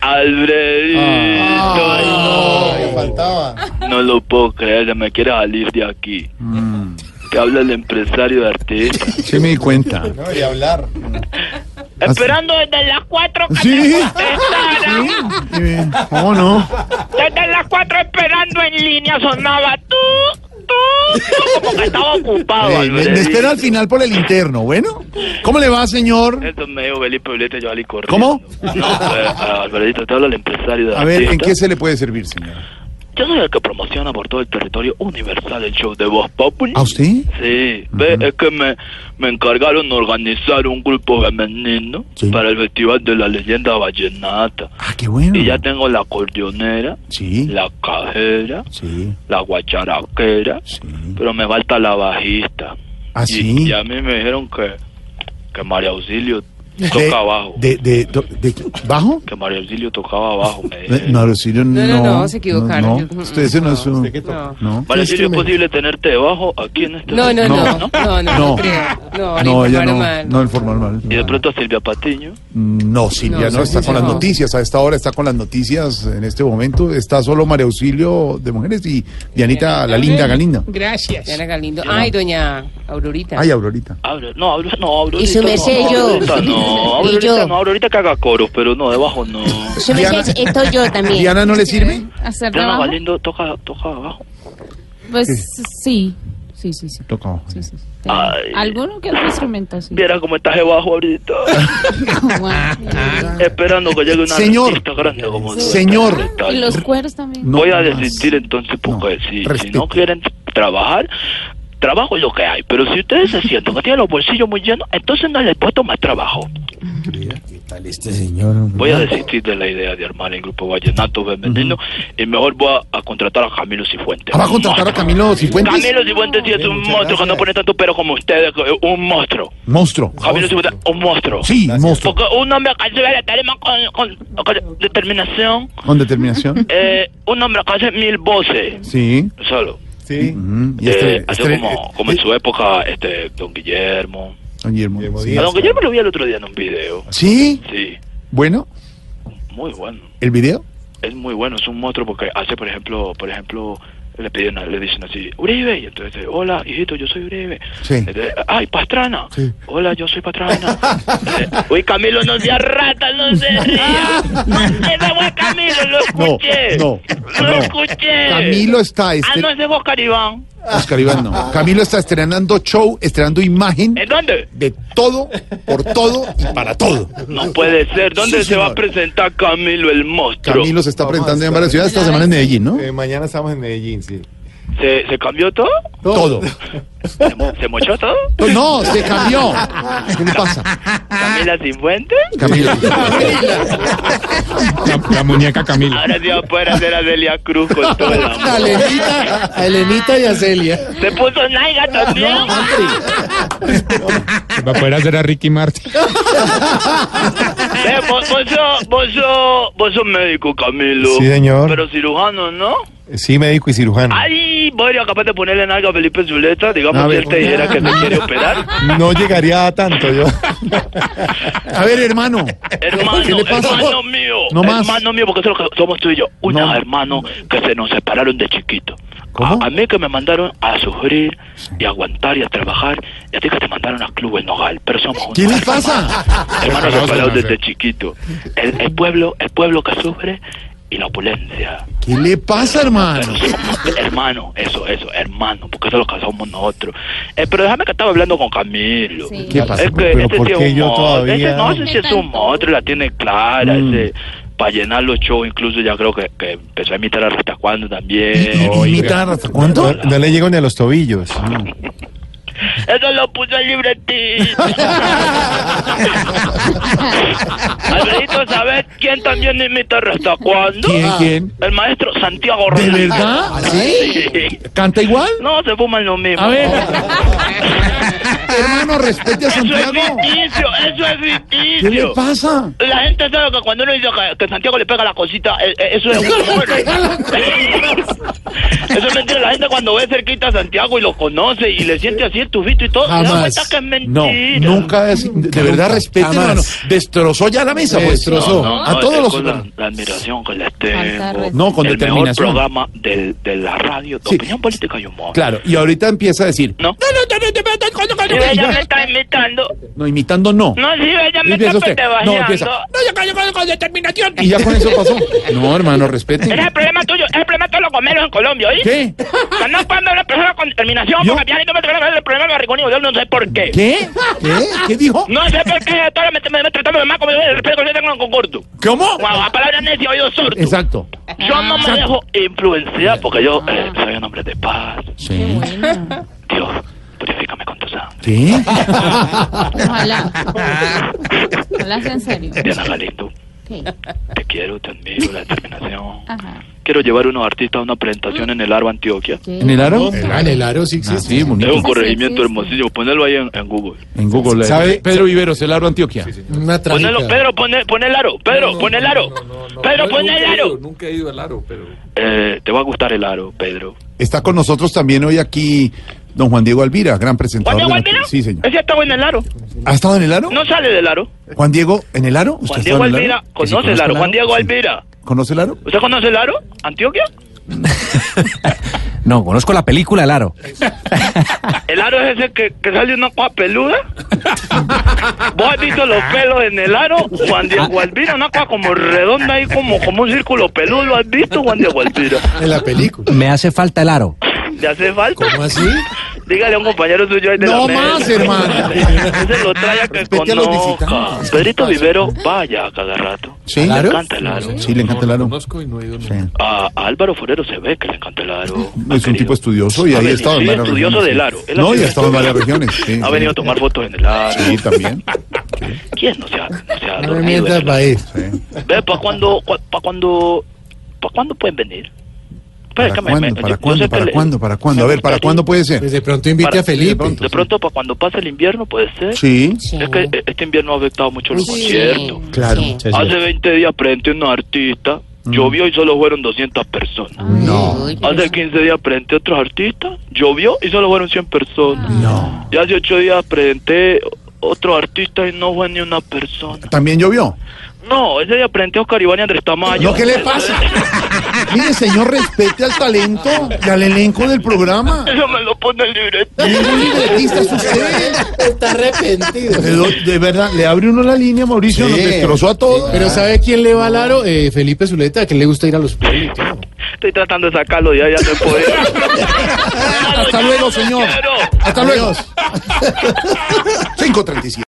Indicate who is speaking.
Speaker 1: Alfredito.
Speaker 2: Ah.
Speaker 3: que faltaba.
Speaker 1: no, no lo puedo creer, ya me quiere salir de aquí.
Speaker 2: Mm.
Speaker 1: Que habla el empresario de artista.
Speaker 2: Sí me di cuenta.
Speaker 3: No, y hablar.
Speaker 4: Esperando desde las 4 que
Speaker 2: Sí.
Speaker 4: te contestara.
Speaker 2: Eh, ¿Cómo no?
Speaker 4: Desde las 4 esperando en línea sonaba tú, tú, tú, como que estaba
Speaker 1: Ah,
Speaker 4: ocupado.
Speaker 2: Eh, me, me
Speaker 1: Alfredito.
Speaker 2: espera al final por el interno, ¿bueno? ¿Cómo le va, señor?
Speaker 1: Eso me dijo Felipe Violeta, yo salí corriendo.
Speaker 2: ¿Cómo?
Speaker 1: No, pues, Alfredito, te habla el empresario de
Speaker 2: A ver, ¿en
Speaker 1: artista.
Speaker 2: qué se le puede servir, señor?
Speaker 1: Yo soy el que promociona por todo el territorio universal el show de Voz Populi.
Speaker 2: ¿A usted?
Speaker 1: Sí, ve, es que me, me encargaron de organizar un grupo femenino
Speaker 2: Sí.
Speaker 1: para el Festival de la Leyenda Vallenata.
Speaker 2: Ah, qué bueno.
Speaker 1: Y ya tengo la acordeonera,
Speaker 2: Sí.
Speaker 1: la cajera,
Speaker 2: Sí,
Speaker 1: la guacharaquera,
Speaker 2: sí.
Speaker 1: pero me falta la bajista.
Speaker 2: Ah,
Speaker 1: Y-
Speaker 2: sí.
Speaker 1: Y, a mí me dijeron que, que María Auxilio
Speaker 2: De-
Speaker 1: toca bajo.
Speaker 2: De, de, do- de- ¿Bajo?
Speaker 1: Que María Auxilio tocaba bajo, me
Speaker 2: Eh,
Speaker 1: dijeron.
Speaker 2: No, Rosilio,
Speaker 5: No,
Speaker 2: no.
Speaker 5: no, no, se equivocaron.
Speaker 2: No, Usted ese no es un...
Speaker 3: ¿De qué toca?
Speaker 2: No.
Speaker 1: María Auxilio, ¿es posible tenerte debajo aquí en este
Speaker 5: No, no,
Speaker 2: No.
Speaker 5: no, no, no,
Speaker 2: No.
Speaker 5: no, creo. no,
Speaker 2: No,
Speaker 5: ni
Speaker 2: ya
Speaker 5: por
Speaker 2: no.
Speaker 5: mal.
Speaker 2: No, el formal mal.
Speaker 1: Y de pronto Silvia Patiño.
Speaker 2: No, Silvia,
Speaker 5: No,
Speaker 2: no,
Speaker 5: sí,
Speaker 2: está
Speaker 5: sí,
Speaker 2: con
Speaker 5: sí,
Speaker 2: las
Speaker 5: no.
Speaker 2: noticias. A esta hora está con las noticias en este momento. Está solo María Auxilio de Mujeres y Dianita, la linda Galindo.
Speaker 5: Diana Galindo. Ay, doña Aurorita.
Speaker 2: Ay, Aurorita.
Speaker 1: Abre, no, abro, no, abro.
Speaker 6: Y su merced,
Speaker 1: no,
Speaker 6: yo.
Speaker 1: Ahorita no, abro,
Speaker 6: Y yo.
Speaker 1: ahorita no, abro, ahorita que haga coros, pero no, debajo no.
Speaker 6: Yo me
Speaker 2: Diana-
Speaker 6: sé, estoy yo también.
Speaker 2: ¿Diana no le sirve?
Speaker 7: ¿Hacer
Speaker 1: Diana
Speaker 7: trabajo?
Speaker 1: Galindo toca, toca abajo.
Speaker 7: Pues sí, sí, sí, sí.
Speaker 2: Toca.
Speaker 7: sí, sí, sí.
Speaker 1: Ay.
Speaker 7: ¿Alguno que otro instrumento? Sí.
Speaker 1: Viera cómo estás debajo ahorita.
Speaker 7: Como a-
Speaker 1: Esperando que llegue una
Speaker 2: Señor.
Speaker 1: artista grande como tú.
Speaker 2: Señor.
Speaker 1: Esta
Speaker 7: y los cueros también.
Speaker 2: No,
Speaker 1: Voy a
Speaker 2: jamás.
Speaker 1: desistir entonces porque
Speaker 2: No,
Speaker 1: si, si
Speaker 2: respete.
Speaker 1: no quieren trabajar, trabajo lo que hay. Pero si ustedes se sienten que tienen los bolsillos muy llenos, entonces no les puedo tomar trabajo.
Speaker 2: este
Speaker 1: Voy a desistir de la idea de armar el grupo Vallenato Femenino y mejor voy a, a contratar a Camilo Cifuentes.
Speaker 2: Ah, ¿Va a contratar a Camilo Cifuentes?
Speaker 1: Camilo Cifuentes sí es un
Speaker 3: muchas
Speaker 1: monstruo que no
Speaker 3: gracias.
Speaker 1: pone tanto pero como ustedes, que es un monstruo.
Speaker 2: Monstruo.
Speaker 1: Camilo Cifuentes, un monstruo.
Speaker 2: Sí, monstruo.
Speaker 1: Porque un hombre que se ve la tarima con, con- con determinación,
Speaker 2: Con determinación.
Speaker 1: eh, un hombre que hace mil voces
Speaker 2: Sí.
Speaker 1: solo.
Speaker 3: Sí.
Speaker 2: Mm, Y
Speaker 1: Eh,
Speaker 2: este,
Speaker 1: hace
Speaker 2: este-
Speaker 1: como, como en su época, este, Don Guillermo.
Speaker 2: Don Guillermo.
Speaker 3: Guillermo
Speaker 2: eh, Sí. este.
Speaker 1: A
Speaker 3: Díaz.
Speaker 1: Don Guillermo lo vi el otro día en un video.
Speaker 2: Sí.
Speaker 1: Sí,
Speaker 2: Bueno,
Speaker 1: muy bueno.
Speaker 2: el video.
Speaker 1: es muy bueno, es un monstruo porque hace, por ejemplo, por ejemplo, le piden, le dicen así, Uribe, y entonces, hola, hijito, yo soy Uribe.
Speaker 2: Sí.
Speaker 1: Entonces, Ay, Pastrana.
Speaker 2: Sí.
Speaker 1: Hola, yo soy Pastrana. Eh, Uy, Camilo, no seas rata, no se ría. Ese fue Camilo, lo
Speaker 2: No,
Speaker 1: escuché.
Speaker 2: no,
Speaker 1: Lo
Speaker 2: no.
Speaker 1: escuché.
Speaker 2: Camilo está este
Speaker 1: Ah, no,
Speaker 2: estrenando.
Speaker 1: ese es Oscar Iván.
Speaker 2: Oscar Iván, no. Camilo está estrenando show, estrenando imagen
Speaker 1: ¿En dónde?
Speaker 2: de todo, por todo y para todo.
Speaker 1: No puede ser. ¿Dónde
Speaker 2: Sí,
Speaker 1: se va a
Speaker 2: señor.
Speaker 1: presentar Camilo el monstruo?
Speaker 2: Camilo se está
Speaker 3: Vamos a
Speaker 2: presentando en
Speaker 3: estar-
Speaker 2: varias ciudades esta semana en Medellín, ¿no?
Speaker 3: Eh, mañana estamos en Medellín, sí.
Speaker 1: ¿Se, se cambió todo?
Speaker 2: Todo.
Speaker 1: ¿Se, mo- se mochó todo?
Speaker 2: No, se cambió. ¿Qué le pasa?
Speaker 1: ¿Camila Cifuentes?
Speaker 2: Camilo.
Speaker 1: Ahora sí va a poder hacer a Delia Cruz con todo el amor.
Speaker 2: Elenita, a Elenita y a Celia.
Speaker 1: Se puso naiga también.
Speaker 8: Va a poder hacer a Ricky Martin.
Speaker 1: Ve, Eh, vos, vos, sos- vos, sos- vos sos médico, Camilo.
Speaker 3: Sí, señor.
Speaker 1: Pero cirujano, ¿no?
Speaker 2: Mm.
Speaker 3: Eh, Sí, médico y cirujano.
Speaker 1: Ay, vos eres capaz de ponerle nalga a Felipe Zuleta. Digamos
Speaker 2: A
Speaker 1: que
Speaker 2: ver.
Speaker 1: él te dijera que te quiere operar.
Speaker 3: No llegaría a tanto yo.
Speaker 2: A ver, hermano.
Speaker 1: Hermano,
Speaker 2: ¿Qué le pasa?
Speaker 1: hermano mío.
Speaker 2: No más.
Speaker 1: Hermano mío, porque eso es lo que somos tú y yo. Unos
Speaker 2: No.
Speaker 1: hermanos que se nos separaron de chiquito.
Speaker 2: ¿Cómo?
Speaker 1: A, a mí que me mandaron a sufrir y a aguantar y a trabajar. Y a ti que te mandaron a Club El Nogal. Pero somos unos
Speaker 2: ¿Qué le pasa?
Speaker 1: Hermanos
Speaker 8: Pero no
Speaker 1: separados
Speaker 8: se nace.
Speaker 1: desde chiquito. El, el pueblo, el pueblo que sufre y la opulencia.
Speaker 2: ¿Qué le pasa, hermano?
Speaker 1: hermano, eso, eso, hermano, porque eso es lo que somos nosotros. Eh, pero déjame que estaba hablando con Camilo.
Speaker 7: Sí.
Speaker 2: ¿Qué pasa?
Speaker 1: Es que
Speaker 3: Pero
Speaker 1: ese
Speaker 3: ¿por
Speaker 1: sí es
Speaker 3: qué
Speaker 1: un
Speaker 3: yo
Speaker 1: monstruo,
Speaker 3: todavía?
Speaker 1: ese no sé si es un
Speaker 7: Tanto.
Speaker 1: monstruo, la tiene clara,
Speaker 2: Mm.
Speaker 1: ese para llenar los shows, incluso ya creo que, que empezó a imitar a Rita Cuando también.
Speaker 2: ¿Y- y- ¿Imitar hasta
Speaker 3: No,
Speaker 2: cuándo?
Speaker 6: Ah,
Speaker 3: no le llego ni a los tobillos.
Speaker 1: Eso lo puso el libretito. Alfredito, ¿sabes quién también imita Rasta? ¿Cuándo?
Speaker 6: ¿Quién, quién?
Speaker 1: El maestro Santiago
Speaker 6: ¿De
Speaker 1: Rodríguez.
Speaker 6: verdad?
Speaker 1: Sí.
Speaker 6: ¿Canta igual?
Speaker 1: No, se fuman lo mismo.
Speaker 6: A ver.
Speaker 2: ah. Hermano, respete a
Speaker 1: Eso es
Speaker 2: Santiago.
Speaker 1: ficticio, eso es
Speaker 2: ¿Qué le
Speaker 1: ficticio.
Speaker 2: pasa?
Speaker 1: La gente sabe que cuando uno dice que, que Santiago le pega la cosita, eh, eh, eso es humor. eso es mentira. La gente cuando ve cerquita a Santiago y lo conoce y le siente así el tufito y todo, se da
Speaker 6: Jamás.
Speaker 1: cuenta que pues, es
Speaker 2: No,
Speaker 1: mentira.
Speaker 2: nunca es. De, de verdad, respete,
Speaker 6: Jamás.
Speaker 2: hermano. Destrozó ya la mesa, pues.
Speaker 3: Destrozó.
Speaker 1: No, no,
Speaker 2: a
Speaker 1: es
Speaker 2: todos los.
Speaker 1: con la, la admiración que les
Speaker 7: Falta
Speaker 1: tengo.
Speaker 7: de
Speaker 2: No, con
Speaker 1: el mejor
Speaker 2: determinación.
Speaker 1: programa del, de la radio, de
Speaker 2: Sí.
Speaker 1: opinión política y humor.
Speaker 2: Claro, y ahorita empieza a decir.
Speaker 1: ¿No? Si
Speaker 2: no,
Speaker 1: ella
Speaker 2: no.
Speaker 1: me está imitando.
Speaker 2: No, imitando no.
Speaker 1: No, si ella
Speaker 2: Y
Speaker 1: me está
Speaker 2: empieza usted.
Speaker 1: pendejaneando.
Speaker 2: No, empieza.
Speaker 1: No, yo callo con, con determinación.
Speaker 2: Y ya con eso pasó. No, hermano, respete.
Speaker 1: Ese es el problema tuyo, es el problema de todos los gomeros en Colombia, ¿oí?
Speaker 2: ¿Qué?
Speaker 1: Que No cuando una persona con determinación,
Speaker 2: ¿Yo?
Speaker 1: porque Piani no me trata el problema de barrigón y yo no sé por qué.
Speaker 2: ¿Qué? ¿Qué? ¿Qué dijo?
Speaker 1: No sé por qué todos me, me, me tratando más como yo el respeto que yo tengo con gordo.
Speaker 2: ¿Cómo?
Speaker 1: Guau, a palabras necio, oído sordo.
Speaker 2: Exacto. Ah.
Speaker 1: Yo no me dejo influenciar porque yo eh, soy un hombre de paz.
Speaker 2: Sí.
Speaker 1: Dios, purifícame con tu sangre.
Speaker 2: ¿Qué? Ah,
Speaker 7: Ojalá. Ojalá sea en serio.
Speaker 1: Diana Galindo,
Speaker 7: Ok.
Speaker 1: te quiero, te admiro, la determinación.
Speaker 7: Ajá.
Speaker 1: Quiero llevar a unos artistas a una presentación en el Aro Antioquia.
Speaker 7: ¿Qué?
Speaker 2: ¿En el aro?
Speaker 6: Ah, en el aro sí
Speaker 2: Ah,
Speaker 6: existe.
Speaker 2: sí,
Speaker 1: Es
Speaker 2: bonito.
Speaker 1: un corregimiento hermosillo, ponelo ahí en, en Google.
Speaker 2: En Google.
Speaker 3: ¿Sabe?
Speaker 2: Pedro Viveros, el aro Antioquia.
Speaker 6: Una
Speaker 1: Ponelo,
Speaker 6: trágica.
Speaker 1: Pedro, pon, pon el aro, Pedro, pon el aro. Pedro, pon el aro.
Speaker 4: Nunca he ido al aro, pero.
Speaker 1: Eh, te va a gustar el aro, Pedro.
Speaker 2: Está con nosotros también hoy aquí don Juan Diego Alvira, gran
Speaker 1: ¿Juan
Speaker 2: presentador.
Speaker 1: Diego
Speaker 2: de
Speaker 1: Alvira?
Speaker 2: noticias. Sí, señor.
Speaker 1: Ese estaba en el aro.
Speaker 2: ¿Ha estado en el aro?
Speaker 1: No sale del aro.
Speaker 2: Juan Diego, ¿en el aro?
Speaker 1: Juan
Speaker 2: ¿Usted ha
Speaker 1: Diego
Speaker 2: estado en
Speaker 1: Alvira
Speaker 2: Que sí,
Speaker 1: conoce el
Speaker 2: conozco
Speaker 1: aro. Juan Diego
Speaker 2: sí.
Speaker 1: Alvira.
Speaker 2: ¿Conoce el aro?
Speaker 1: ¿Usted conoce el aro? ¿Antioquia?
Speaker 4: No, conozco la película El Aro.
Speaker 1: ¿El aro es ese que, que sale una cosa peluda? ¿Vos has visto los pelos en el aro? Juan Diego Alvira, una cosa como redonda ahí, como, como un círculo peludo. ¿Lo has visto, Juan Diego Alvira?
Speaker 6: En la película.
Speaker 4: Me hace falta el aro.
Speaker 1: ¿Le hace falta?
Speaker 6: ¿Cómo así?
Speaker 1: Dígale a un compañero suyo ahí de la
Speaker 2: No
Speaker 1: mesa.
Speaker 2: más, hermano.
Speaker 1: Ese lo trae a que
Speaker 2: Respete a los
Speaker 1: conozca.
Speaker 2: visitantes.
Speaker 1: Pedrito Vivero, vaya a cada rato.
Speaker 2: Sí.
Speaker 1: Le
Speaker 2: ¿Claro?
Speaker 1: encanta el aro.
Speaker 2: Sí, le encanta el aro.
Speaker 4: y no he ido
Speaker 2: Sí.
Speaker 1: A, a Álvaro Forero se ve que le encanta el aro.
Speaker 2: Es un tipo estudioso y
Speaker 1: Ha
Speaker 2: ahí ha
Speaker 1: venido-
Speaker 2: estado
Speaker 1: sí,
Speaker 2: en varias
Speaker 1: estudioso
Speaker 2: regiones.
Speaker 1: del aro. Él ha
Speaker 2: No, y
Speaker 1: sido
Speaker 2: ha estado en varias
Speaker 1: estudioso.
Speaker 2: regiones. sí.
Speaker 1: Ha venido a tomar fotos en el aro.
Speaker 2: Sí, también.
Speaker 1: ¿Quién no se ha, no se ha
Speaker 6: No me
Speaker 1: dormido?
Speaker 6: mientas, país.
Speaker 1: ¿Ve? ¿Para cuándo, cua- pa' cuándo, pa' cuándo pueden venir? Pues,
Speaker 2: ¿Para
Speaker 1: que me- me-
Speaker 2: cuándo?
Speaker 1: yo-
Speaker 2: ¿Para
Speaker 1: yo sé
Speaker 2: cuándo?
Speaker 1: que
Speaker 2: ¿Para
Speaker 1: le-
Speaker 2: cuándo? ¿Para cuándo? A ver, ¿para cuándo puede ser?
Speaker 6: Pues de pronto invite
Speaker 1: Para-
Speaker 6: a Felipe.
Speaker 1: De pronto, para cuando pase el invierno, puede ser.
Speaker 2: Sí.
Speaker 5: Sí.
Speaker 1: Es que eh, este invierno ha afectado mucho los
Speaker 5: Sí,
Speaker 1: conciertos.
Speaker 2: Claro.
Speaker 5: sí.
Speaker 1: Hace 20 días frente a un artista,
Speaker 2: Mm.
Speaker 1: llovió y solo fueron 200 personas.
Speaker 2: No.
Speaker 5: Uy, pero-
Speaker 1: Hace 15 días frente a otros artistas, llovió y solo fueron 100 personas.
Speaker 2: No.
Speaker 1: Y hace 8 días frente otro artista y no fue ni una persona.
Speaker 2: ¿También llovió?
Speaker 1: No, ese día frente a Oscar Iván y Andrés Tamayo.
Speaker 2: ¿No qué le pasa? Mire, señor, respete al talento y al elenco del programa.
Speaker 1: Eso me lo pone el libreto.
Speaker 2: Ningún libretista es usted.
Speaker 6: Está arrepentido.
Speaker 2: De, do- de verdad, le abre uno la línea, Mauricio,
Speaker 6: Sí.
Speaker 2: nos destrozó a todos.
Speaker 6: Pero ¿sabe quién le va al aro? Eh, Felipe Zuleta, que le gusta ir a los pueblos. y todo.
Speaker 1: Estoy tratando de sacarlo de allá, ya no puedo.
Speaker 2: Hasta luego, señor. Hasta luego. 5.37.